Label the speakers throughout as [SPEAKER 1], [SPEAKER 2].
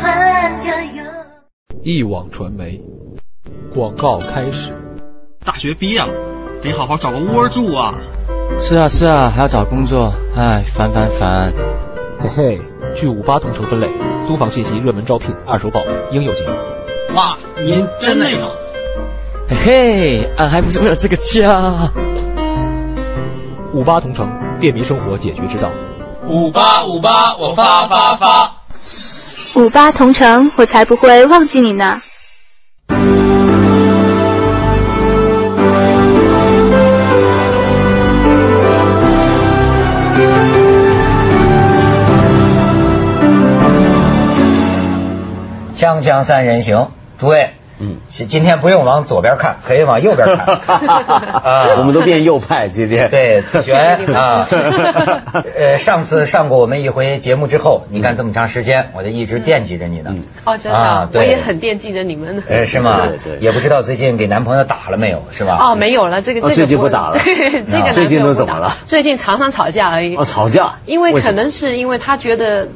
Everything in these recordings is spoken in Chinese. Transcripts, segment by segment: [SPEAKER 1] 盼着有。
[SPEAKER 2] 一网传媒广告开始。
[SPEAKER 3] 大学毕业了，得好好找个窝住啊！
[SPEAKER 4] 是啊是啊，还要找工作，唉，烦烦烦。
[SPEAKER 2] 嘿嘿，据五八统筹分类，租房信息热门招聘二手宝应有尽有。
[SPEAKER 3] 哇，您真内行！
[SPEAKER 4] 嘿哎嘿，俺还不是为了这个家。
[SPEAKER 2] 五八同城，便民生活解决之道。
[SPEAKER 3] 五八五八，我发发发！
[SPEAKER 5] 五八同城，我才不会忘记你呢。
[SPEAKER 6] 锵锵三人行，诸位，
[SPEAKER 7] 嗯，
[SPEAKER 6] 今天不用往左边看，可以往右边看。 啊，
[SPEAKER 7] 我们都 变右派今天。
[SPEAKER 6] 对子璇啊，呃，上次上过我们一回节目之后，你看这么长时间，我就一直惦记着你呢。
[SPEAKER 7] 嗯
[SPEAKER 8] 哦，真的，
[SPEAKER 6] 啊对
[SPEAKER 8] 我也很惦记着你们呢。
[SPEAKER 7] 哎
[SPEAKER 6] 呃，是吗？
[SPEAKER 7] 对对对
[SPEAKER 6] 也不知道最近给男朋友打了没有，是吧？
[SPEAKER 8] 哦，没有了，这个
[SPEAKER 7] 哦
[SPEAKER 8] 这个
[SPEAKER 7] 最近不打了 啊
[SPEAKER 8] 对，这个男
[SPEAKER 7] 最近
[SPEAKER 8] 朋友
[SPEAKER 7] 都怎
[SPEAKER 8] 不打
[SPEAKER 7] 么了
[SPEAKER 8] 最近常常吵架而已。
[SPEAKER 7] 哦，吵架，
[SPEAKER 8] 因为可
[SPEAKER 7] 什么
[SPEAKER 8] 能是因为他觉得，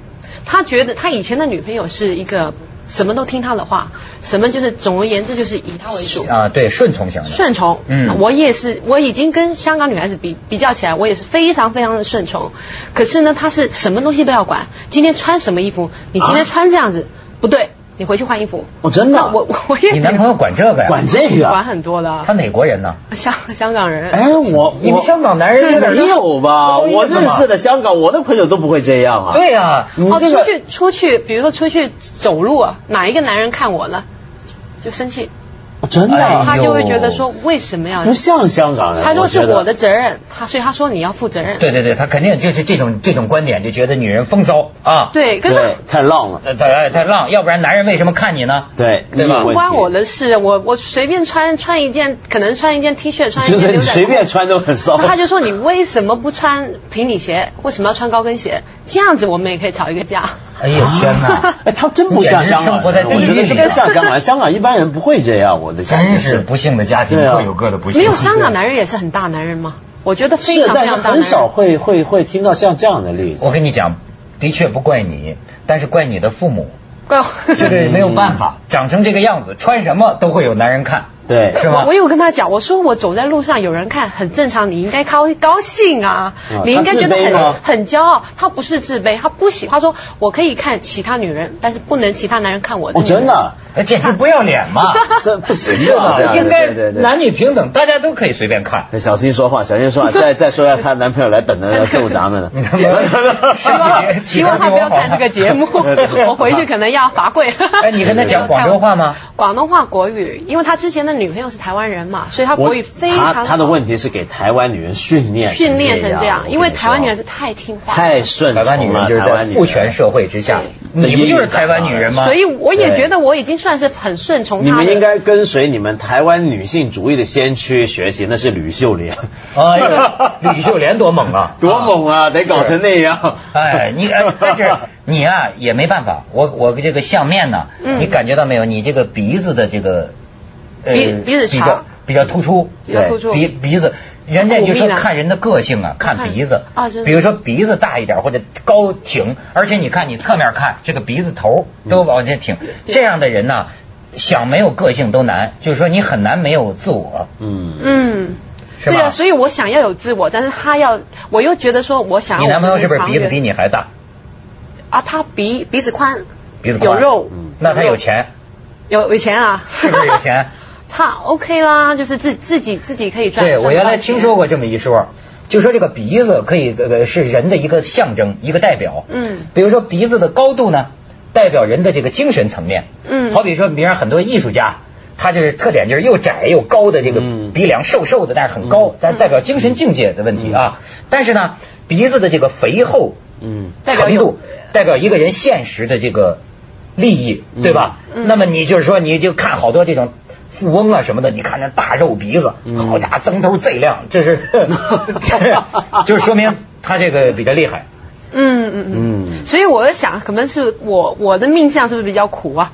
[SPEAKER 8] 他觉得他以前的女朋友是一个什么都听他的话，什么就是总而言之就是以他为主。
[SPEAKER 6] 啊，对，顺从型的。
[SPEAKER 8] 顺从，
[SPEAKER 6] 嗯
[SPEAKER 8] 我也是，我已经跟香港女孩子比比较起来，我也是非常非常的顺从。可是呢，她是什么东西都要管，今天穿什么衣服，你今天穿这样子、不对，你回去换衣服。
[SPEAKER 7] 啊哦真的
[SPEAKER 8] 那我我我也
[SPEAKER 6] 你男朋友管这个呀？
[SPEAKER 7] 管这个
[SPEAKER 8] 管很多的啊
[SPEAKER 6] 他，哪国人呢？
[SPEAKER 8] 香香港人。
[SPEAKER 7] 哎，我
[SPEAKER 6] 你们
[SPEAKER 7] 我
[SPEAKER 6] 香港男人有点
[SPEAKER 7] 没有吧？
[SPEAKER 6] 不好
[SPEAKER 7] 我
[SPEAKER 6] 意思嘛
[SPEAKER 7] 认识的香港，我的朋友都不会这样啊。
[SPEAKER 6] 对呀，
[SPEAKER 7] 你
[SPEAKER 8] 哦，
[SPEAKER 7] 这
[SPEAKER 8] 出
[SPEAKER 7] 个
[SPEAKER 8] 去出去，比如说出去走路，啊，哪一个男人看我了，就生气，
[SPEAKER 7] 哦真的
[SPEAKER 6] 哎呦
[SPEAKER 7] 啊
[SPEAKER 8] 他就会觉得说为什么要？
[SPEAKER 7] 不像香港人。
[SPEAKER 8] 哎他说是
[SPEAKER 7] 觉得
[SPEAKER 8] 我的，责任，他所以他说你要负责任。
[SPEAKER 6] 对对对，他肯定就是这种这种观点，就觉得女人风骚啊。
[SPEAKER 8] 对，可是
[SPEAKER 7] 对，太浪了。
[SPEAKER 6] 呃，太太浪，要不然男人为什么看你呢？
[SPEAKER 7] 对，
[SPEAKER 6] 对吧
[SPEAKER 7] 你有
[SPEAKER 8] 不
[SPEAKER 7] 问题
[SPEAKER 8] 关我的事，我我随便穿穿一件，可能穿一件 T 恤，穿一
[SPEAKER 7] 就
[SPEAKER 8] 件
[SPEAKER 7] 是你
[SPEAKER 8] 牛仔裤
[SPEAKER 7] 随便穿都很骚。
[SPEAKER 8] 那他就说你为什么不穿平底鞋？为什么要穿高跟鞋？这样子我们也可以吵一个架。
[SPEAKER 6] 哎呦天 哪！
[SPEAKER 7] 哎，他真不像香港
[SPEAKER 6] 简直生活在
[SPEAKER 7] 人，
[SPEAKER 6] 地狱
[SPEAKER 7] 我
[SPEAKER 6] 里
[SPEAKER 7] 觉得真不像香港人，香港一般人不会这样，我的感觉
[SPEAKER 6] 真是不幸的家庭
[SPEAKER 7] 对啊
[SPEAKER 6] 各有各的不幸。
[SPEAKER 8] 没有香港男人也是很大男人吗？我觉得非
[SPEAKER 7] 是，
[SPEAKER 8] 常非
[SPEAKER 7] 但是
[SPEAKER 8] 常大男
[SPEAKER 7] 很
[SPEAKER 8] 人。
[SPEAKER 7] 少会会会听到像这样的例子。
[SPEAKER 6] 我跟你讲，的确不怪你，但是怪你的父母，
[SPEAKER 8] 怪我。
[SPEAKER 6] 这个没有办法，长成这个样子，穿什么都会有男人看，
[SPEAKER 7] 对，
[SPEAKER 6] 是吗
[SPEAKER 8] 我我？有跟他讲，我说我走在路上有人看很正常，你应该高高兴啊，
[SPEAKER 7] 啊
[SPEAKER 8] 你应该觉
[SPEAKER 7] 他
[SPEAKER 8] 得
[SPEAKER 7] 自卑吗
[SPEAKER 8] 很很骄傲。他不是自卑，他不喜，他说我可以看其他女人，但是不能其他男人看我的
[SPEAKER 7] 哦，
[SPEAKER 8] 女人。
[SPEAKER 7] 真 的，
[SPEAKER 6] 哎，简直不要脸嘛！
[SPEAKER 7] 这不行
[SPEAKER 6] 是
[SPEAKER 7] 啊，这样
[SPEAKER 6] 吧？
[SPEAKER 7] 的
[SPEAKER 6] 应该
[SPEAKER 7] 对对对。
[SPEAKER 6] 男女平等，大家都可以随便看。
[SPEAKER 7] 那小心说话，小心说话， 再再说一下她男朋友来等着要揍咱们了。
[SPEAKER 6] 你能不能
[SPEAKER 8] 希 望希望他不要看这个节 目，我回去可能要罚跪。
[SPEAKER 6] 哎你跟他讲广州话 吗？
[SPEAKER 8] 广东话国语，因为他之前的女朋友是台湾人嘛，所以他国语非
[SPEAKER 7] 他
[SPEAKER 8] 常好
[SPEAKER 7] 他的问题是给台湾女人训练
[SPEAKER 8] 训练成这样，因为台湾女人是
[SPEAKER 7] 是
[SPEAKER 8] 太听话了。
[SPEAKER 7] 太顺
[SPEAKER 6] 台
[SPEAKER 7] 从了，
[SPEAKER 6] 湾女人就是
[SPEAKER 7] 台
[SPEAKER 6] 在
[SPEAKER 7] 湾女人
[SPEAKER 6] 父权社会之下，
[SPEAKER 7] 对
[SPEAKER 6] 你不就是台湾女人吗？
[SPEAKER 8] 所以我也觉得我已经算是很顺从
[SPEAKER 7] 你
[SPEAKER 8] 他
[SPEAKER 7] 们应
[SPEAKER 8] 的。
[SPEAKER 7] 该跟随你们台湾女性主义的先驱学习，那是吕秀莲。
[SPEAKER 6] 哎呀，吕秀莲多猛啊！
[SPEAKER 7] 多猛啊！得搞成那样。
[SPEAKER 6] 哎，你哎，但是你啊也没办法，我我这个相面呢、
[SPEAKER 8] 嗯
[SPEAKER 6] 你感觉到没有？你这个鼻子的这个，呃
[SPEAKER 8] 鼻鼻子
[SPEAKER 6] 比
[SPEAKER 8] 长
[SPEAKER 6] 较比较突出，
[SPEAKER 8] 比较突出
[SPEAKER 6] 对鼻鼻子。人家就
[SPEAKER 8] 骨
[SPEAKER 6] 说
[SPEAKER 8] 密呢
[SPEAKER 6] 看人的个性啊，看鼻子
[SPEAKER 8] 啊真的
[SPEAKER 6] 比如说鼻子大一点或者高挺，而且你看你侧面看这个鼻子头都往前挺，这样的人呢、想没有个性都难，就是说你很难没有自我，
[SPEAKER 7] 嗯，
[SPEAKER 8] 嗯，
[SPEAKER 6] 是吧？
[SPEAKER 8] 对啊，所以我想要有自我，但是他要，我又觉得说我想要
[SPEAKER 6] 你男朋友是不是
[SPEAKER 8] 啊我更
[SPEAKER 6] 鼻子
[SPEAKER 8] 长
[SPEAKER 6] 比
[SPEAKER 8] 远
[SPEAKER 6] 你还大？
[SPEAKER 8] 啊？他鼻鼻子宽，
[SPEAKER 6] 鼻子啊
[SPEAKER 8] 有
[SPEAKER 6] 宽
[SPEAKER 8] 肉，
[SPEAKER 7] 嗯
[SPEAKER 6] 那他有钱，
[SPEAKER 8] 有有钱啊？
[SPEAKER 6] 是不是有钱？
[SPEAKER 8] 他 OK 啦，就是自自己自己可以赚。
[SPEAKER 6] 对，我原来
[SPEAKER 8] 赚到
[SPEAKER 6] 听说过这么一说，就说这个鼻子可以呃是人的一个象征，一个代表。
[SPEAKER 8] 嗯
[SPEAKER 6] 比如说鼻子的高度呢，代表人的这个精神层面。
[SPEAKER 8] 嗯
[SPEAKER 6] 好比说，比方很多艺术家，他就是特点就是又窄又高的这个
[SPEAKER 7] 嗯
[SPEAKER 6] 鼻梁，瘦瘦的，但是很高
[SPEAKER 7] 嗯，
[SPEAKER 6] 但代表精神境界的问题啊。但是呢，鼻子的这个肥厚
[SPEAKER 7] 嗯，
[SPEAKER 8] 代表
[SPEAKER 6] 程
[SPEAKER 8] 有
[SPEAKER 6] 度，代表一个人现实的这个利益，
[SPEAKER 7] 嗯
[SPEAKER 6] 对吧？
[SPEAKER 8] 嗯
[SPEAKER 6] 那么你就是说，你就看好多这种富翁啊什么的，你看那大肉鼻子，
[SPEAKER 7] 嗯
[SPEAKER 6] 好家伙，增头贼亮，这 是， 就是说明他这个比较厉 害。
[SPEAKER 8] 嗯嗯嗯
[SPEAKER 7] 嗯
[SPEAKER 8] 嗯，所以我在想，可能是我我的命相是不是比较苦啊？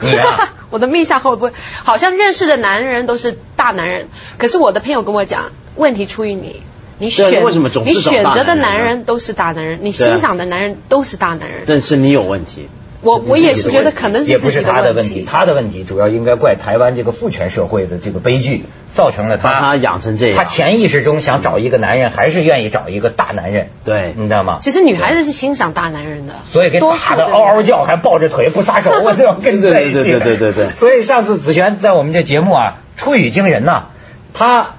[SPEAKER 6] 你啊
[SPEAKER 8] 我的命相会不会好像认识的男人都是大男人？可是我的朋友跟我讲，问题出于你，你
[SPEAKER 7] 对
[SPEAKER 8] 选
[SPEAKER 7] 为什么总是
[SPEAKER 8] 你
[SPEAKER 7] 找大
[SPEAKER 8] 选择
[SPEAKER 7] 男
[SPEAKER 8] 的
[SPEAKER 7] 人
[SPEAKER 8] 男
[SPEAKER 7] 呢
[SPEAKER 8] 人都是大男人，你
[SPEAKER 7] 对啊
[SPEAKER 8] 欣赏的男人都是大男人。
[SPEAKER 7] 但是你有问题，
[SPEAKER 8] 我我也是觉得可能
[SPEAKER 6] 也
[SPEAKER 8] 是
[SPEAKER 6] 不
[SPEAKER 8] 自
[SPEAKER 6] 是
[SPEAKER 8] 己
[SPEAKER 6] 他的
[SPEAKER 8] 问
[SPEAKER 6] 问题，他的问题主要应该怪台湾这个父权社会的这个悲剧，造成了
[SPEAKER 7] 把他
[SPEAKER 6] 他
[SPEAKER 7] 养成这
[SPEAKER 6] 他
[SPEAKER 7] 样，
[SPEAKER 6] 潜意识中想找一个男人，还是愿意找一个大男人，
[SPEAKER 8] 哎
[SPEAKER 7] 对，
[SPEAKER 6] 你知道吗？
[SPEAKER 8] 其实女孩子是欣赏大男人的，
[SPEAKER 6] 所以给
[SPEAKER 8] 多
[SPEAKER 6] 打
[SPEAKER 8] 数
[SPEAKER 6] 的嗷嗷叫，还抱着腿不 撒手，我就要跟你在一起。
[SPEAKER 7] 对对对对对对
[SPEAKER 6] 所以上次子璇在我们这节目啊，出语惊人呐、她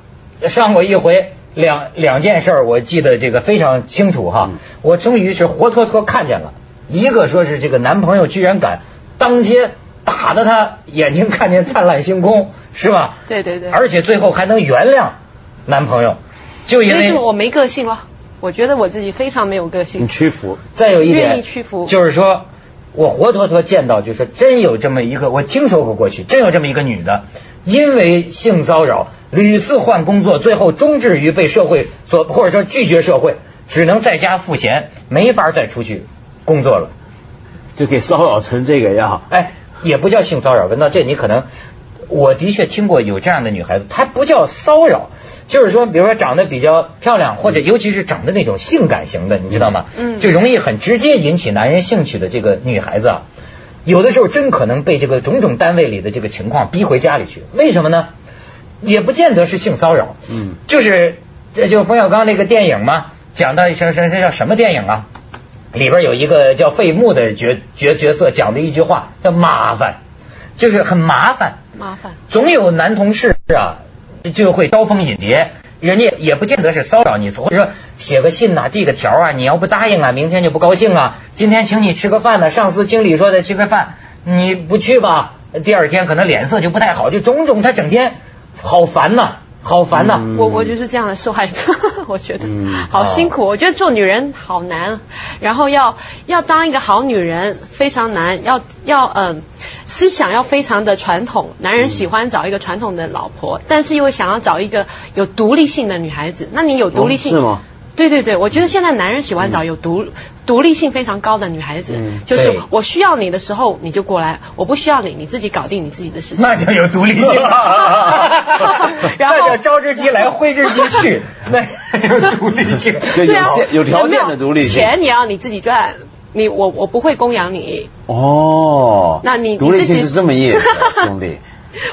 [SPEAKER 6] 上过一回两两件事儿，我记得这个非常清楚哈。
[SPEAKER 7] 嗯
[SPEAKER 6] 我终于是活脱脱看见了，一个说是这个男朋友居然敢当街打的她眼睛看见灿烂星空，是吧？
[SPEAKER 8] 对对对
[SPEAKER 6] 而且最后还能原谅男朋友，就因
[SPEAKER 8] 因为
[SPEAKER 6] 为
[SPEAKER 8] 是我没个性了，我觉得我自己非常没有个性
[SPEAKER 6] 嗯
[SPEAKER 7] 你。屈服，
[SPEAKER 6] 再有一点，
[SPEAKER 8] 愿意屈服
[SPEAKER 6] 就是说我活脱脱见到，就是真有这么一个，我听说过过去真有这么一个女的，因为性骚扰屡次换工作，最后终至于被社会所或者说拒绝社会，只能在家赋闲，没法再出去工作了。
[SPEAKER 7] 就给骚扰成这个样。
[SPEAKER 6] 哎，也不叫性骚扰，文道这你可能。我的确听过有这样的女孩子，她不叫骚扰，就是说，比如说长得比较漂亮，或者尤其是长得那种性感型的，你知道吗？
[SPEAKER 8] 嗯
[SPEAKER 6] 就容易很直接引起男人兴趣的这个女孩子啊，有的时候真可能被这个种种单位里的这个情况逼回家里去。为什么呢？也不见得是性骚扰，
[SPEAKER 7] 嗯
[SPEAKER 6] 就是这就冯小刚那个电影嘛，讲到一什什这叫什么电影啊？里边有一个叫费穆的角角角色讲的一句话叫麻烦，就是很麻烦。
[SPEAKER 8] 麻烦，
[SPEAKER 6] 总有男同事啊，就会招蜂引蝶，人家也不见得是骚扰你，或者说写个信呐、递个条啊，你要不答应啊，明天就不高兴啊，今天请你吃个饭呢、上司经理说的吃个饭，你不去吧，第二天可能脸色就不太好，就种种他整天好烦呐、好烦呐、
[SPEAKER 7] 嗯
[SPEAKER 8] 我我就是这样的受害者， 我觉得
[SPEAKER 7] 嗯
[SPEAKER 8] 好
[SPEAKER 6] 哦
[SPEAKER 8] 辛苦。我觉得做女人好难，啊然后要要当一个好女人非常难，要要嗯、思想要非常的传统，男人喜欢找一个传统的老婆，但是又想要找一个有独立性的女孩子。那你有独立性、
[SPEAKER 7] 哦是吗？
[SPEAKER 8] 对对对，我觉得现在男人喜欢找有独、独立性非常高的女孩子，
[SPEAKER 7] 嗯
[SPEAKER 8] 就是
[SPEAKER 6] 对
[SPEAKER 8] 我需要你的时候你就过来，我不需要你，你自己搞定你自己的事情。，
[SPEAKER 6] 那就有独立性了
[SPEAKER 8] 然后
[SPEAKER 6] 那叫招之即来挥之即 去，那有独立性。
[SPEAKER 7] 就有
[SPEAKER 8] 对啊
[SPEAKER 7] 限有条件
[SPEAKER 8] 没
[SPEAKER 7] 的独立性。
[SPEAKER 8] 钱你要你自己赚，你我我不会供养你，
[SPEAKER 7] 哦，
[SPEAKER 8] 那你
[SPEAKER 7] 独立
[SPEAKER 8] 你自
[SPEAKER 7] 性
[SPEAKER 8] 己
[SPEAKER 7] 是这么 意思，兄弟。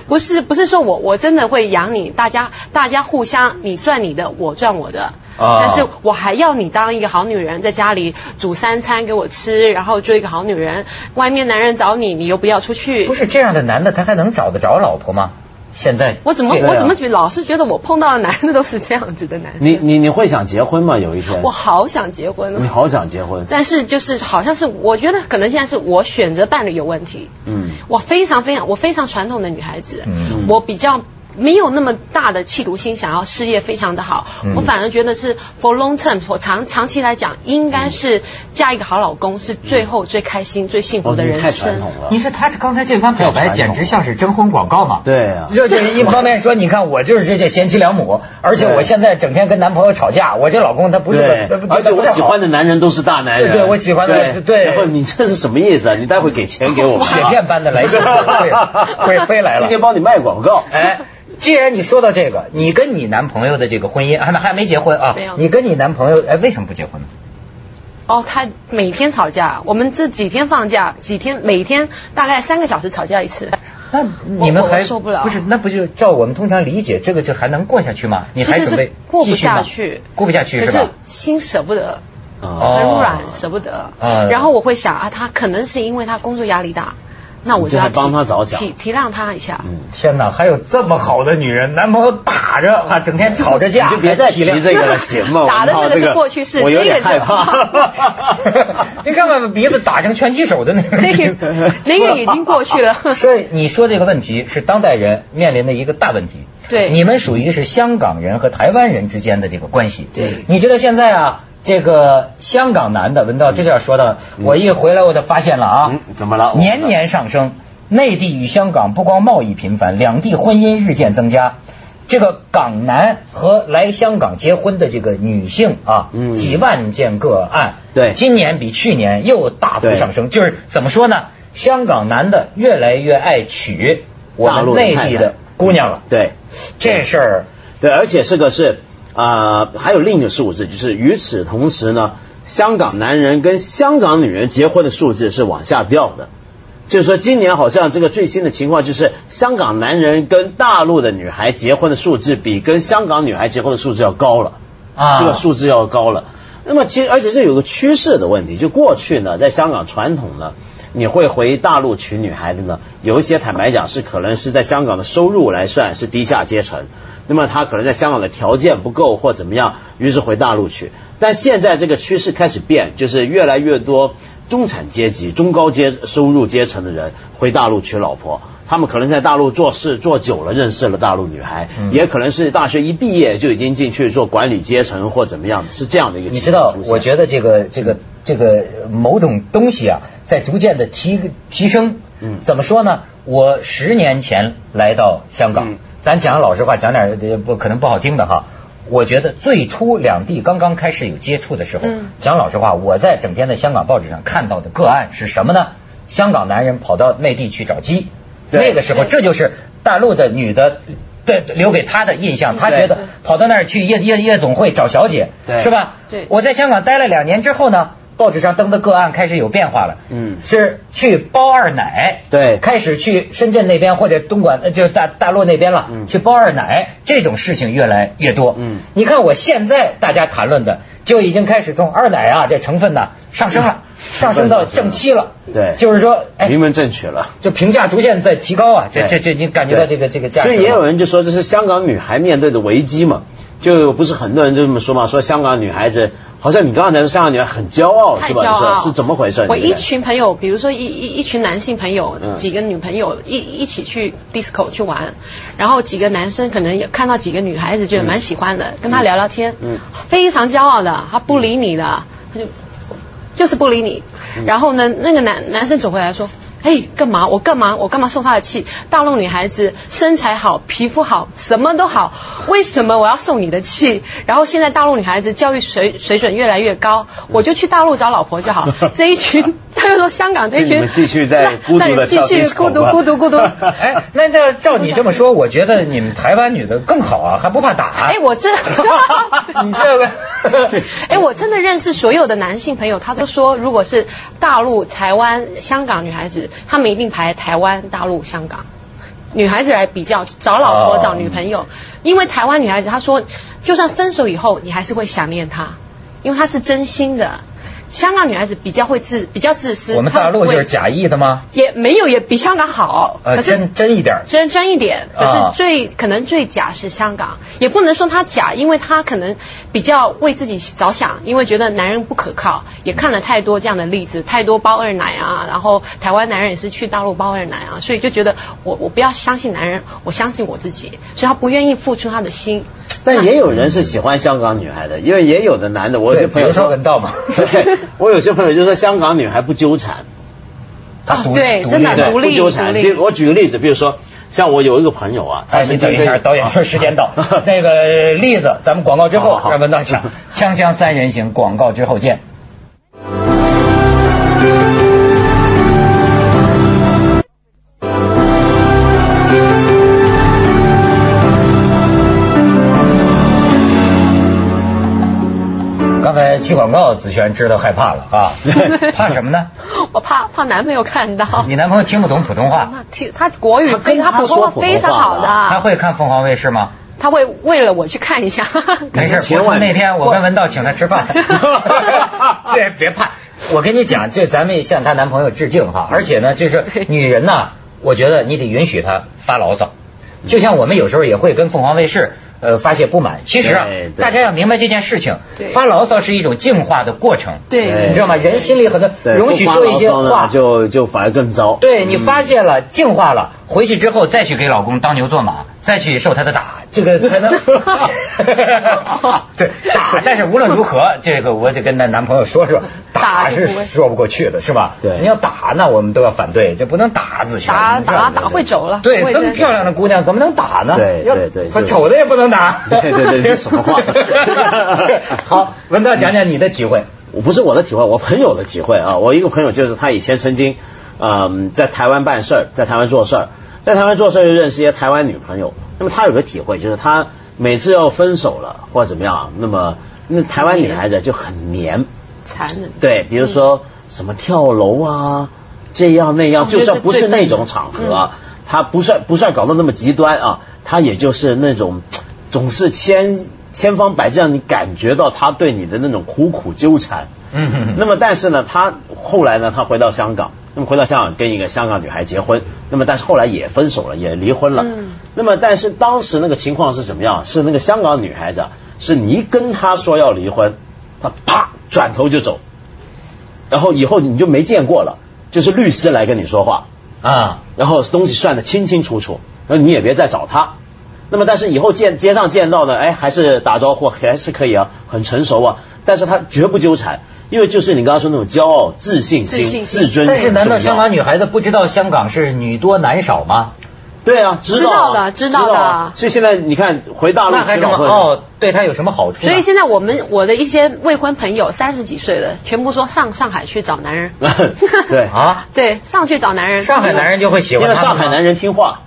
[SPEAKER 8] 不是不是说我我真的会养你，大家大家互相你赚你的，我赚我的。
[SPEAKER 6] 啊
[SPEAKER 8] 但是我还要你当一个好女人，在家里煮三餐给我吃，然后做一个好女人。外面男人找你，你又不要出去
[SPEAKER 6] 不。是这样的男的，他还能找得着老婆吗？现在
[SPEAKER 8] 我怎么
[SPEAKER 6] 这个
[SPEAKER 8] 我怎么觉老是觉得我碰到的男的都是这样子的男
[SPEAKER 7] 啊
[SPEAKER 8] 人。
[SPEAKER 7] 你你你会想结婚吗？有一天
[SPEAKER 8] 我，好想结婚
[SPEAKER 7] 你
[SPEAKER 8] 哦，
[SPEAKER 7] 好想结婚。
[SPEAKER 8] 但是就是好像是我觉得可能现在是我选择伴侣有问题。
[SPEAKER 7] 嗯，
[SPEAKER 8] 我非常非常我非常传统的女孩子，
[SPEAKER 6] 嗯
[SPEAKER 8] 我比较。没有那么大的企图心，想要事业非常的好，
[SPEAKER 6] 嗯
[SPEAKER 8] 我反而觉得是 for long term，我长长期来讲，应该是嫁一个好老公是最后最开心、最幸福
[SPEAKER 7] 哦，
[SPEAKER 8] 的
[SPEAKER 7] 你
[SPEAKER 8] 人
[SPEAKER 7] 太传
[SPEAKER 8] 生。
[SPEAKER 7] 统了
[SPEAKER 6] 你。说他这刚才这番表白简直像是征婚广告嘛？。
[SPEAKER 7] 对啊，
[SPEAKER 6] 就就是一方面说，你看我就是这贤妻良母，而且我现在整天跟男朋友吵架，我这老公他不是
[SPEAKER 7] 对
[SPEAKER 6] 个，
[SPEAKER 7] 而且我喜欢
[SPEAKER 6] 的
[SPEAKER 7] 的男人都是大男人。
[SPEAKER 6] 对对我喜欢的对
[SPEAKER 7] 然后你这是什么意思啊？你待会给钱给我吧。
[SPEAKER 6] 雪片般的 来信会会飞来了
[SPEAKER 7] 今天帮你卖广告。
[SPEAKER 6] 哎，既然你说到这个，你跟你男朋友的这个婚姻还没还没结婚啊
[SPEAKER 8] 没有？
[SPEAKER 6] 你跟你男朋友哎为什么不结婚呢？
[SPEAKER 8] 哦，他每天吵架，我们这几天放假，几天每天大概三个小时吵架一次。
[SPEAKER 6] 那你们
[SPEAKER 8] 我
[SPEAKER 6] 还
[SPEAKER 8] 我受不了
[SPEAKER 6] 是，那不就照我们通常理解，这个就还能过下去吗？你还
[SPEAKER 8] 其实
[SPEAKER 6] 准备
[SPEAKER 8] 是过不
[SPEAKER 6] 继续吗
[SPEAKER 8] 下去，
[SPEAKER 6] 过不下去
[SPEAKER 8] 可
[SPEAKER 6] 是吧
[SPEAKER 8] 是？心舍不得。
[SPEAKER 7] 哦，
[SPEAKER 6] 哦
[SPEAKER 8] 很软，舍不得。
[SPEAKER 6] 啊
[SPEAKER 8] 然后我会想啊，他可能是因为他工作压力大，那我就
[SPEAKER 7] 你就还
[SPEAKER 8] 要
[SPEAKER 7] 帮
[SPEAKER 8] 体
[SPEAKER 7] 他着想
[SPEAKER 8] 体体谅他一下。
[SPEAKER 7] 嗯，
[SPEAKER 6] 天哪，还有这么好的女人，男朋友打着啊，整天吵着架，
[SPEAKER 7] 你就别再提
[SPEAKER 6] 还体谅
[SPEAKER 7] 这个了，行 吗？
[SPEAKER 8] 打的
[SPEAKER 7] 我靠
[SPEAKER 8] 那
[SPEAKER 7] 这
[SPEAKER 8] 个是过去式
[SPEAKER 7] 我有点害
[SPEAKER 8] 这个是
[SPEAKER 7] 怕。
[SPEAKER 6] 你看看鼻子打成拳击手的那个
[SPEAKER 8] 那
[SPEAKER 6] 鼻
[SPEAKER 8] 个
[SPEAKER 6] 子，
[SPEAKER 8] 那个已经过去了。
[SPEAKER 6] 所以你说这个问题是当代人面临的一个大问题。
[SPEAKER 8] 对
[SPEAKER 6] 你们属于是香港人和台湾人之间的这个关系。
[SPEAKER 8] 对
[SPEAKER 6] 你知道现在啊，这个香港男的，文道这就要说到，我一回来我就发现了啊，
[SPEAKER 7] 嗯怎么了
[SPEAKER 6] 年年上升，内地与香港不光贸易频繁，两地婚姻日渐增加。这个港男和来香港结婚的这个女性啊，
[SPEAKER 7] 嗯
[SPEAKER 6] 几万件个案，
[SPEAKER 7] 对
[SPEAKER 6] 今年比去年又大幅
[SPEAKER 7] 对
[SPEAKER 6] 上升。就是怎么说呢？香港男的越来越爱娶我
[SPEAKER 7] 大陆
[SPEAKER 6] 们
[SPEAKER 7] 的
[SPEAKER 6] 内
[SPEAKER 7] 太
[SPEAKER 6] 地
[SPEAKER 7] 太
[SPEAKER 6] 的姑娘了。
[SPEAKER 7] 对
[SPEAKER 6] 这事儿
[SPEAKER 7] 对，而且这个是啊、还有另一个数字，就是与此同时呢，香港男人跟香港女人结婚的数字是往下掉的。就是说，今年好像这个最新的情况就是，香港男人跟大陆的女孩结婚的数字比跟香港女孩结婚的数字要高了。
[SPEAKER 6] 啊，
[SPEAKER 7] 这个数字要高了。那么其实而且这有个趋势的问题，就过去呢，在香港传统呢，你会回大陆娶女孩子呢，有一些坦白讲是可能是在香港的收入来算是低下阶层，那么他可能在香港的条件不够或怎么样，于是回大陆去。但现在这个趋势开始变，就是越来越多中产阶级、中高阶收入阶层的人回大陆娶老婆。他们可能在大陆做事做久了，认识了大陆女孩，
[SPEAKER 6] 嗯
[SPEAKER 7] 也哎可能是大学一毕业就已经进去做管理阶层或怎么样，是这样的一个
[SPEAKER 6] 你
[SPEAKER 7] 情
[SPEAKER 6] 知
[SPEAKER 7] 况
[SPEAKER 6] 道
[SPEAKER 7] 出现。，
[SPEAKER 6] 我觉得这个这个这个某种东西啊，在逐渐的提提升。
[SPEAKER 7] 嗯
[SPEAKER 6] 怎么说呢？我十年前来到香港，
[SPEAKER 7] 嗯
[SPEAKER 6] 咱讲老实话，讲点呃不可能不好听的哈。我觉得最初两地刚刚开始有接触的时候，
[SPEAKER 8] 嗯
[SPEAKER 6] 讲老实话，我在整天的香港报纸上看到的个案是什么呢？香港男人跑到内地去找鸡，
[SPEAKER 7] 对
[SPEAKER 6] 那个时候这就是大陆的女的对留给他的印象，他
[SPEAKER 7] 对
[SPEAKER 6] 觉得跑到那儿去夜夜夜总会找小姐，
[SPEAKER 7] 对
[SPEAKER 6] 是吧？
[SPEAKER 8] 对
[SPEAKER 6] 我在香港待了两年之后呢，报纸上登的个案开始有变化了。
[SPEAKER 7] 嗯
[SPEAKER 6] 是去包二奶，
[SPEAKER 7] 对
[SPEAKER 6] 开始去深圳那边或者东莞，呃就是大大陆那边了，
[SPEAKER 7] 嗯
[SPEAKER 6] 去包二奶这种事情越来越多。
[SPEAKER 7] 嗯
[SPEAKER 6] 你看我现在大家谈论的，就已经开始从二奶啊这成分呐、上升了，上升到正七了。
[SPEAKER 7] 嗯对
[SPEAKER 6] 就是说，哎
[SPEAKER 7] 名，门正娶了。
[SPEAKER 6] 就评价逐渐在提高啊，这这这，你感觉到这个
[SPEAKER 7] 对
[SPEAKER 6] 这个价值
[SPEAKER 7] 所
[SPEAKER 6] 吗？
[SPEAKER 7] 以也有人就说这是香港女孩面对的危机嘛，就不是很多人就这么说嘛，说香港女孩子好像你刚才说香港女孩很骄傲
[SPEAKER 8] 太
[SPEAKER 7] 是
[SPEAKER 8] 骄
[SPEAKER 7] 吧？你
[SPEAKER 8] 傲
[SPEAKER 7] 说是怎么回事？
[SPEAKER 8] 我
[SPEAKER 7] 你觉
[SPEAKER 8] 一
[SPEAKER 7] 得
[SPEAKER 8] 群朋友，比如说一一一群男性朋友，
[SPEAKER 7] 嗯
[SPEAKER 8] 几个女朋友一一起去 disco 去玩，然后几个男生可能也看到几个女孩子觉得蛮喜欢的，跟她聊聊天，
[SPEAKER 7] 嗯
[SPEAKER 8] 非常骄傲的，她不理你的，她就就是不理你。
[SPEAKER 7] 嗯
[SPEAKER 8] 然后呢，那个男男生走回来说。哎，干嘛？我干嘛？我干嘛受她的气？大陆女孩子身材好，皮肤好，什么都好，为什么我要受你的气？然后现在大陆女孩子教育水水准越来越高，我就去大陆找老婆 就好。这一群， 他就说香港这一
[SPEAKER 7] 你
[SPEAKER 8] 群
[SPEAKER 7] 们，继续在孤独地
[SPEAKER 8] 那那你继续
[SPEAKER 7] 跳
[SPEAKER 8] 孤独
[SPEAKER 7] disco 吧
[SPEAKER 8] 孤 独孤独。
[SPEAKER 6] 哎，那这照你这么说，我觉得你们台湾女的更好啊，还不怕打。
[SPEAKER 8] 哎，我真，
[SPEAKER 6] 你这个
[SPEAKER 8] 哎，我真的认识所有的男性朋友，他都说，如果是大陆、台湾、香港女孩子，他们一定排台湾、大陆、香港女孩子来比较，找老婆、
[SPEAKER 6] 哦
[SPEAKER 8] 找女朋友，因为台湾女孩子，她说，就算分手以后，你还是会想念她，因为她是真心的。香港女孩子比较会自比较自私，
[SPEAKER 6] 我们
[SPEAKER 8] 她
[SPEAKER 6] 大
[SPEAKER 8] 不
[SPEAKER 6] 陆
[SPEAKER 8] 会
[SPEAKER 6] 就是假意的吗？
[SPEAKER 8] 也没有也比香港好，
[SPEAKER 6] 呃，
[SPEAKER 8] 可是
[SPEAKER 6] 真真一点儿。
[SPEAKER 8] 真真一点，可
[SPEAKER 6] 啊
[SPEAKER 8] 是最、可能最假是香港，也不能说他假，因为他可能比较为自己着想，因为觉得男人不可靠，也看了太多这样的例子，太多包二奶啊，然后台湾男人也是去大陆包二奶啊，所以就觉得我我不要相信男人，我相信我自己，所以他不愿意付出他的心。
[SPEAKER 7] 但也有人是喜欢香港女孩的，因为也有的男的，我有些
[SPEAKER 6] 对
[SPEAKER 7] 朋友
[SPEAKER 6] 比如说
[SPEAKER 7] 说
[SPEAKER 6] 文道嘛
[SPEAKER 7] 对我有些朋友就说香港女孩不纠缠，
[SPEAKER 6] 他独
[SPEAKER 8] 啊对
[SPEAKER 6] 独
[SPEAKER 8] 真的
[SPEAKER 6] 立
[SPEAKER 7] 对，
[SPEAKER 8] 独立
[SPEAKER 7] 不纠缠。
[SPEAKER 8] 独立
[SPEAKER 7] 比如我举个例子，比如说像我有一个朋友啊，他
[SPEAKER 6] 哎，
[SPEAKER 7] 曾
[SPEAKER 6] 你
[SPEAKER 7] 经
[SPEAKER 6] 等一下，
[SPEAKER 7] 跟。
[SPEAKER 6] 导演说时间到那个例子，咱们广告之
[SPEAKER 7] 好好
[SPEAKER 6] 后
[SPEAKER 7] 好
[SPEAKER 6] 让文道讲。 锵锵三人行，广告之后见。刚才去广告，子璇知道害怕了 啊，怕什么呢？
[SPEAKER 8] 我怕怕男朋友看到，
[SPEAKER 6] 你男朋友听不懂普通话，
[SPEAKER 8] 那听他国语非
[SPEAKER 7] 他
[SPEAKER 8] 他
[SPEAKER 7] 跟他
[SPEAKER 8] 普
[SPEAKER 7] 说
[SPEAKER 8] 通话
[SPEAKER 7] 普通
[SPEAKER 8] 非常
[SPEAKER 7] 话
[SPEAKER 8] 好的，
[SPEAKER 6] 他会看凤凰卫视吗？
[SPEAKER 8] 他会为了我去看一下。
[SPEAKER 6] 没事，
[SPEAKER 7] 千
[SPEAKER 6] 不
[SPEAKER 7] 万。
[SPEAKER 6] 是那天我跟文道请他吃饭这别怕，我跟你讲，这咱们向她男朋友致敬
[SPEAKER 7] 嗯
[SPEAKER 6] 哈。而且 呢，就是女人呐、我觉得你得允许她发牢骚。
[SPEAKER 7] 嗯
[SPEAKER 6] 就像我们有时候也会跟凤凰卫视呃发泄不满，其实啊
[SPEAKER 7] 对，对
[SPEAKER 6] 大家要明白这件事情
[SPEAKER 8] 对，
[SPEAKER 6] 发牢骚是一种净化的过程。
[SPEAKER 8] 对
[SPEAKER 6] 你知道吗？人心里很多，
[SPEAKER 7] 对
[SPEAKER 6] 容许说一些
[SPEAKER 7] 不发牢骚呢
[SPEAKER 6] 话，
[SPEAKER 7] 就就反而更糟。
[SPEAKER 6] 对你发泄了、净化了，回去之后再去给老公当牛做马，再去受他的打，这个才 能 对打。但是无论如何，这个我得跟那男朋友说说，打
[SPEAKER 8] 打
[SPEAKER 6] 是
[SPEAKER 8] 是不会
[SPEAKER 6] 说不过去的，是吧？
[SPEAKER 7] 对
[SPEAKER 6] 你要打那我们都要反对，这不能打子萱。
[SPEAKER 8] 打
[SPEAKER 6] 你知道吗
[SPEAKER 8] 打打会走了
[SPEAKER 6] 对，
[SPEAKER 8] 会
[SPEAKER 6] 这么
[SPEAKER 8] 再
[SPEAKER 6] 漂亮的姑娘怎么能打呢？
[SPEAKER 7] 对
[SPEAKER 6] 要
[SPEAKER 7] 对对
[SPEAKER 6] 可
[SPEAKER 7] 就是
[SPEAKER 6] 丑的也不能打。
[SPEAKER 7] 对对对这是什么话
[SPEAKER 6] 好，文道讲讲你的体会。
[SPEAKER 7] 我不是我的体会，我朋友的体会啊。我一个朋友就是他以前曾经，嗯，在台湾办事儿，在台湾做事儿，在台湾做事儿就认识一些台湾女朋友。那么他有个体会，就是他啊每次要分手了或者怎么样，那么那台湾女孩子就很黏，
[SPEAKER 8] 残忍。
[SPEAKER 7] 对，比如说什么跳楼啊，这样那样，
[SPEAKER 8] 哦
[SPEAKER 7] 就算不是
[SPEAKER 8] 这是最笨
[SPEAKER 7] 那
[SPEAKER 8] 的
[SPEAKER 7] 种场合啊，他不算不算搞到那么极端啊，他也就是那种总是千千方百计让你感觉到他对你的那种苦苦纠缠。
[SPEAKER 6] 嗯哼
[SPEAKER 7] 那么但是呢，他后来呢，他回到香港，那么回到香港跟一个香港女孩结婚，那么但是后来也分手了，也离婚了。
[SPEAKER 8] 嗯
[SPEAKER 7] 那么但是当时那个情况是怎么样？是那个香港女孩子啊，是你一跟她说要离婚，她啪转头就走，然后以后你就没见过了，就是律师来跟你说话，
[SPEAKER 6] 啊，
[SPEAKER 7] 然后东西算得清清楚楚，然后你也别再找他。那么，但是以后见街上见到的，哎，还是打招呼，还是可以啊，很成熟啊。但是他绝不纠缠，因为就是你刚刚说那种骄傲、自信心、
[SPEAKER 8] 自信心
[SPEAKER 7] 尊很重要。
[SPEAKER 6] 但是难道香港女孩子不知道香港是女多男少吗？
[SPEAKER 7] 对啊，知道啊
[SPEAKER 8] 知道的知道的
[SPEAKER 7] 啊所以现在你看，回大陆
[SPEAKER 6] 那还
[SPEAKER 7] 吃
[SPEAKER 6] 什
[SPEAKER 7] 老
[SPEAKER 6] 么
[SPEAKER 7] 会，。
[SPEAKER 6] 哦，对她有什么好处呢？
[SPEAKER 8] 所以现在我们我的一些未婚朋友三十几岁的，全部说上上海去找男人
[SPEAKER 7] 对
[SPEAKER 6] 啊，
[SPEAKER 8] 对，上去找男人。
[SPEAKER 6] 上海男人就会喜
[SPEAKER 7] 因
[SPEAKER 6] 欢
[SPEAKER 7] 为
[SPEAKER 6] 她
[SPEAKER 7] 上
[SPEAKER 6] 们吗
[SPEAKER 7] 海男人听话。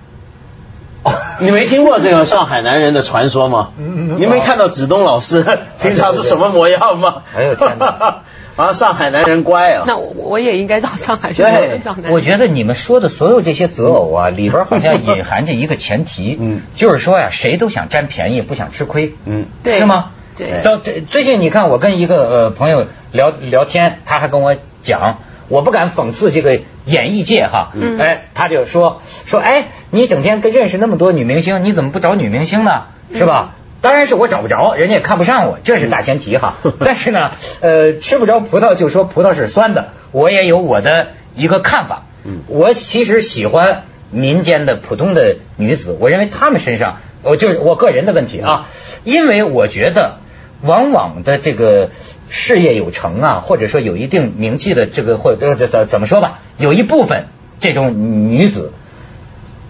[SPEAKER 6] 哦
[SPEAKER 7] 你没听过这个上海男人的传说吗？
[SPEAKER 6] 嗯嗯哦
[SPEAKER 7] 你没看到子东老师 平常是什么模样吗？
[SPEAKER 6] 哎呦天哪！
[SPEAKER 7] 啊，上海男人乖啊。
[SPEAKER 8] 那我我也应该到上海去
[SPEAKER 7] 对
[SPEAKER 8] 找男人。
[SPEAKER 6] 我觉得你们说的所有这些择偶啊，里边好像隐含着一个前 提，
[SPEAKER 7] 嗯
[SPEAKER 6] 就是说呀、谁都想占便宜，不想吃亏，
[SPEAKER 7] 嗯，
[SPEAKER 8] 对
[SPEAKER 6] 是吗？
[SPEAKER 8] 对
[SPEAKER 6] 到最最近你看，我跟一个呃朋友聊聊天，他还跟我讲，我不敢讽刺这个演艺界哈，
[SPEAKER 8] 嗯
[SPEAKER 6] 哎，他就说说，哎，你整天跟认识那么多女明星，你怎么不找女明星呢？
[SPEAKER 8] 嗯
[SPEAKER 6] 是吧？当然是我找不着，人家也看不上我，这是大前提 哈。但是呢，呃，吃不着葡萄就说葡萄是酸的，我也有我的一个看法。
[SPEAKER 7] 嗯
[SPEAKER 6] 我其实喜欢民间的普通的女子，我认为她们身上，我就是我个人的问题啊，因为我觉得往往的这个事业有成啊，或者说有一定名气的这个或呃怎怎怎么说吧，有一部分这种女子，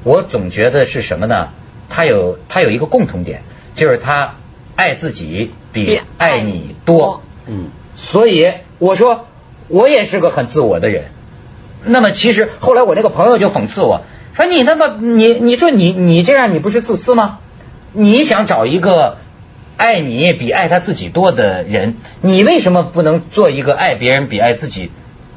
[SPEAKER 6] 我总觉得是什么呢？她有她有一个共同点，就是她爱自己比
[SPEAKER 8] 比
[SPEAKER 6] 爱
[SPEAKER 8] 爱
[SPEAKER 6] 你
[SPEAKER 8] 你
[SPEAKER 6] 多
[SPEAKER 8] 多。
[SPEAKER 7] 嗯，
[SPEAKER 6] 所以我说我也是个很自我的人。那么其实后来我那个朋友就讽刺我说：“你他妈你你说你你这样你不是自私吗？你想找一个爱你比爱他自己多的人，你为什么不能做一个爱别人比爱自己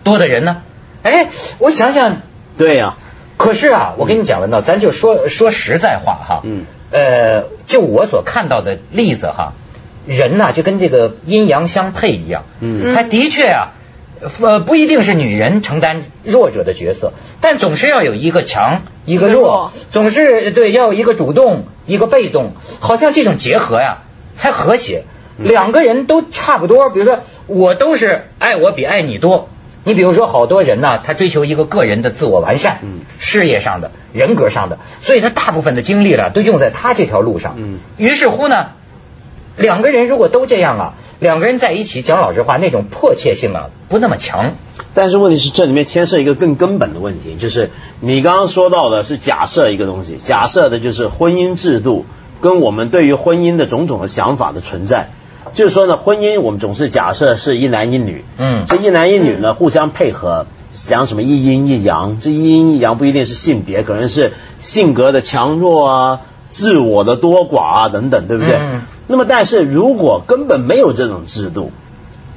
[SPEAKER 6] 多的人呢？”哎，我想想，
[SPEAKER 7] 对呀、
[SPEAKER 6] 可是啊，我跟你讲，文道，咱就说说实在话哈，
[SPEAKER 7] 嗯，
[SPEAKER 6] 呃，就我所看到的例子哈，人呐、就跟这个阴阳相配一样，
[SPEAKER 7] 嗯
[SPEAKER 6] 他的确啊，呃，不一定是女人承担弱者的角色，但总是要有一个强，一个
[SPEAKER 8] 一个
[SPEAKER 6] 弱
[SPEAKER 8] 弱，
[SPEAKER 6] 总是对要有一个主动，一个被动，好像这种结合呀、才和谐。
[SPEAKER 7] 嗯
[SPEAKER 6] 两个人都差不多，比如说我都是爱我比爱你多。你比如说，好多人呐，他追求一个个人的自我完善，
[SPEAKER 7] 嗯
[SPEAKER 6] 事业上的、人格上的，所以他大部分的精力了都用在他这条路上。
[SPEAKER 7] 嗯
[SPEAKER 6] 于是乎呢，两个人如果都这样啊，两个人在一起讲老实话，那种迫切性啊不那么强。
[SPEAKER 7] 但是问题是，这里面牵涉一个更根本的问题，就是你刚刚说到的是假设一个东西，假设的就是婚姻制度跟我们对于婚姻的种种的想法的存在。就是说呢，婚姻我们总是假设是一男一女，
[SPEAKER 6] 嗯
[SPEAKER 7] 这一男一女呢互相配合，讲什么一阴一阳，这一阴一阳不一定是性别，可能是性格的强弱啊、自我的多寡啊等等，对不对？
[SPEAKER 6] 嗯
[SPEAKER 7] 那么但是如果根本没有这种制度，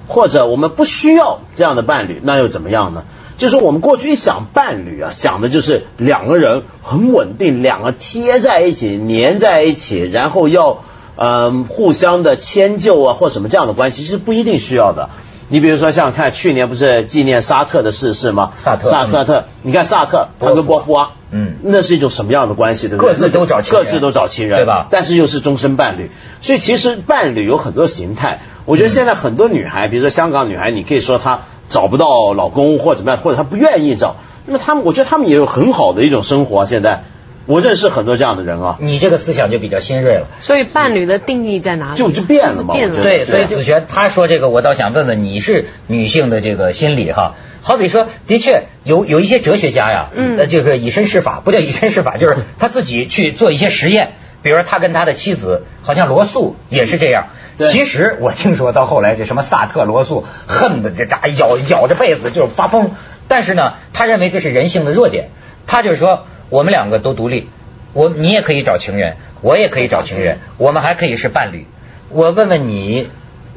[SPEAKER 7] 或者我们不需要这样的伴侣，那又怎么样呢？就是我们过去一想伴侣啊，想的就是两个人很稳定，两个贴在一起、粘在一起，然后要嗯互相的迁就啊，或什么这样的关系，其实不一定需要的。你比如说，像看去年不是纪念沙特的逝世吗？
[SPEAKER 6] 萨特
[SPEAKER 7] 萨
[SPEAKER 6] 嗯
[SPEAKER 7] 萨特，你看萨特他
[SPEAKER 6] 波
[SPEAKER 7] 跟
[SPEAKER 6] 伏
[SPEAKER 7] 波伏娃，
[SPEAKER 6] 嗯
[SPEAKER 7] 那是一种什么样的关系，对不对？
[SPEAKER 6] 各自都找情人
[SPEAKER 7] 各自都找情人，
[SPEAKER 6] 对吧
[SPEAKER 7] 但是又是终身伴侣，所以其实伴侣有很多形态。我觉得现在很多女孩，比如说香港女孩，你可以说她找不到老公或怎么样，或者她不愿意找，那么她们，我觉得她们也有很好的一种生活啊。现在我认识很多这样的人啊，
[SPEAKER 6] 你这个思想就比较新锐了。
[SPEAKER 8] 所以伴侣的定义在哪里？
[SPEAKER 7] 就就变了嘛
[SPEAKER 8] 就是变
[SPEAKER 7] 我觉
[SPEAKER 8] 了。
[SPEAKER 7] 得
[SPEAKER 6] 对，
[SPEAKER 7] 是
[SPEAKER 6] 所以子璇他说这个，我倒想问问你是女性的这个心理哈。好比说，的确有有一些哲学家呀，
[SPEAKER 8] 嗯
[SPEAKER 6] 呃这个以身试法，不叫以身试法，就是他自己去做一些实验。比如说，他跟他的妻子，好像罗素也是这样。
[SPEAKER 7] 对
[SPEAKER 6] 其实我听说到后来，这什么萨特、罗素，恨不得这家咬咬着被子就是发疯。但是呢，他认为这是人性的弱点。他就是说，我们两个都独立，我你也可以找情人，我也可以找情人，我们还可以是伴侣。我问问你，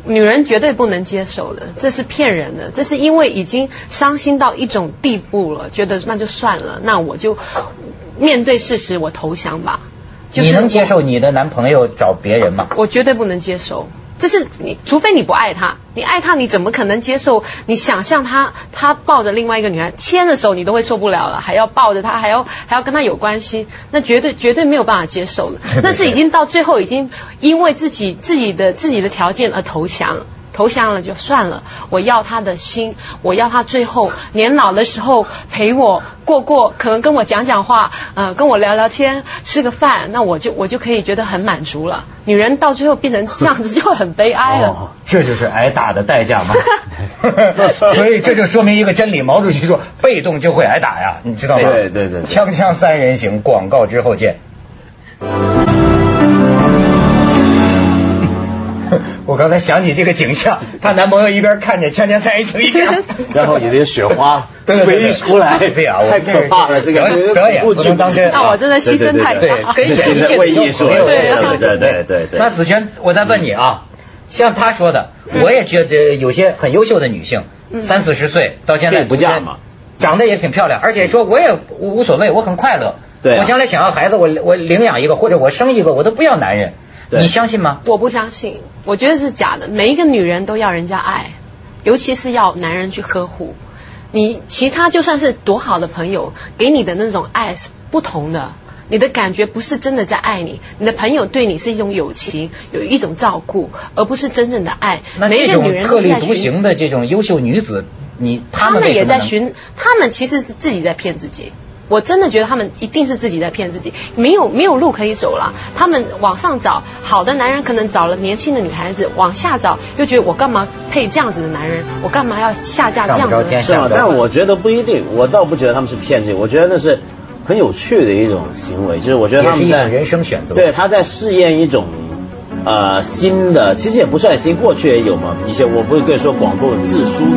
[SPEAKER 8] 女人绝对不能接受的，这是骗人的，这是因为已经伤心到一种地步了，觉得那就算了，那我就面对事实，我投降吧。就是
[SPEAKER 6] 你能接受你的男朋友找别人吗？。
[SPEAKER 8] 我绝对不能接受。这是你，除非你不爱他，你爱他，你怎么可能接受？你想象他，他抱着另外一个女孩牵的时候，你都会受不了了，还要抱着他，还要还要跟他有关系，那绝对绝对没有办法接受的那是已经到最后，已经因为自己自己的自己的条件而投降，投降了就算了。我要他的心，我要他最后年老的时候陪我过过，可能跟我讲讲话，呃，跟我聊聊天，吃个饭，那我就我就可以觉得很满足了。女人到最后变成这样子就很悲哀了。
[SPEAKER 7] 哦
[SPEAKER 6] 这就是挨打的代 价吗？ 所以这就说明一个真理，毛主席说被动就会挨打呀，你知道吗？
[SPEAKER 7] 对对对对
[SPEAKER 6] 锵锵三人行，广告之后见。 我刚才想起这个景象，她男朋友一边看着锵锵三人行一 边，
[SPEAKER 7] 然后有点雪花
[SPEAKER 6] 对对对
[SPEAKER 7] 飞出来，
[SPEAKER 6] 对呀我
[SPEAKER 7] 太可怕了，这个
[SPEAKER 6] 表演
[SPEAKER 7] 这个
[SPEAKER 6] 表演
[SPEAKER 7] 恐怖
[SPEAKER 6] 不
[SPEAKER 7] 剧
[SPEAKER 6] 能当真啊
[SPEAKER 8] 那我真的牺牲太
[SPEAKER 6] 对
[SPEAKER 8] 大，，
[SPEAKER 6] 啊跟演艺界
[SPEAKER 7] 为艺术
[SPEAKER 6] 有
[SPEAKER 7] 而
[SPEAKER 8] 对
[SPEAKER 7] 生，
[SPEAKER 8] 啊
[SPEAKER 7] 对对对对。嗯
[SPEAKER 6] 那子轩，我再问你啊，像她说的，我也觉得有些很优秀的女性，
[SPEAKER 8] 嗯
[SPEAKER 6] 三四十岁到现在
[SPEAKER 7] 并不嫁嘛，
[SPEAKER 6] 长得也挺漂亮，而且说我也无无所谓，我很快乐。
[SPEAKER 7] 对啊
[SPEAKER 6] 我将来想要孩子，我我领养一个或者我生一个，我都不要男人，
[SPEAKER 7] 对
[SPEAKER 6] 你相信吗？
[SPEAKER 8] 我不相信，我觉得是假的。每一个女人都要人家爱，尤其是要男人去呵护。你其他就算是多好的朋友，给你的那种爱是不同的。你的感觉不是真的在爱你，你的朋友对你是一种友情，有一种照顾，而不是真正的爱。
[SPEAKER 6] 那
[SPEAKER 8] 每
[SPEAKER 6] 这
[SPEAKER 8] 一个女
[SPEAKER 6] 种
[SPEAKER 8] 人
[SPEAKER 6] 特
[SPEAKER 8] 都是
[SPEAKER 6] 立
[SPEAKER 8] 在
[SPEAKER 6] 独
[SPEAKER 8] 寻，
[SPEAKER 6] 行的这种优秀女子，你
[SPEAKER 8] 她
[SPEAKER 6] 为
[SPEAKER 8] 们
[SPEAKER 6] 什
[SPEAKER 8] 也
[SPEAKER 6] 么
[SPEAKER 8] 在
[SPEAKER 6] 能
[SPEAKER 8] 寻，她们其实是自己在骗自己。我真的觉得她们一定是自己在骗自己，没有没有路可以走了。她们往上找好的男人，可能找了年轻的女孩子；往下找又觉得我干嘛配这样子的男人，我干嘛要下嫁这
[SPEAKER 6] 上
[SPEAKER 8] 样
[SPEAKER 6] 不
[SPEAKER 8] 子
[SPEAKER 6] 着
[SPEAKER 8] 的
[SPEAKER 6] 天
[SPEAKER 8] 人？
[SPEAKER 7] 是
[SPEAKER 6] 下不
[SPEAKER 7] 吗？
[SPEAKER 6] 着地。
[SPEAKER 7] 但我觉得不一定，我倒不觉得他们是骗这个，我觉得那是很有趣的一种行为，就是我觉得他
[SPEAKER 6] 也是
[SPEAKER 7] 们
[SPEAKER 6] 一
[SPEAKER 7] 在
[SPEAKER 6] 种人生选择。
[SPEAKER 7] 对，他在试验一种。呃，新的其实也不算新，过去也有嘛。一些我不会跟你说广东的自梳女，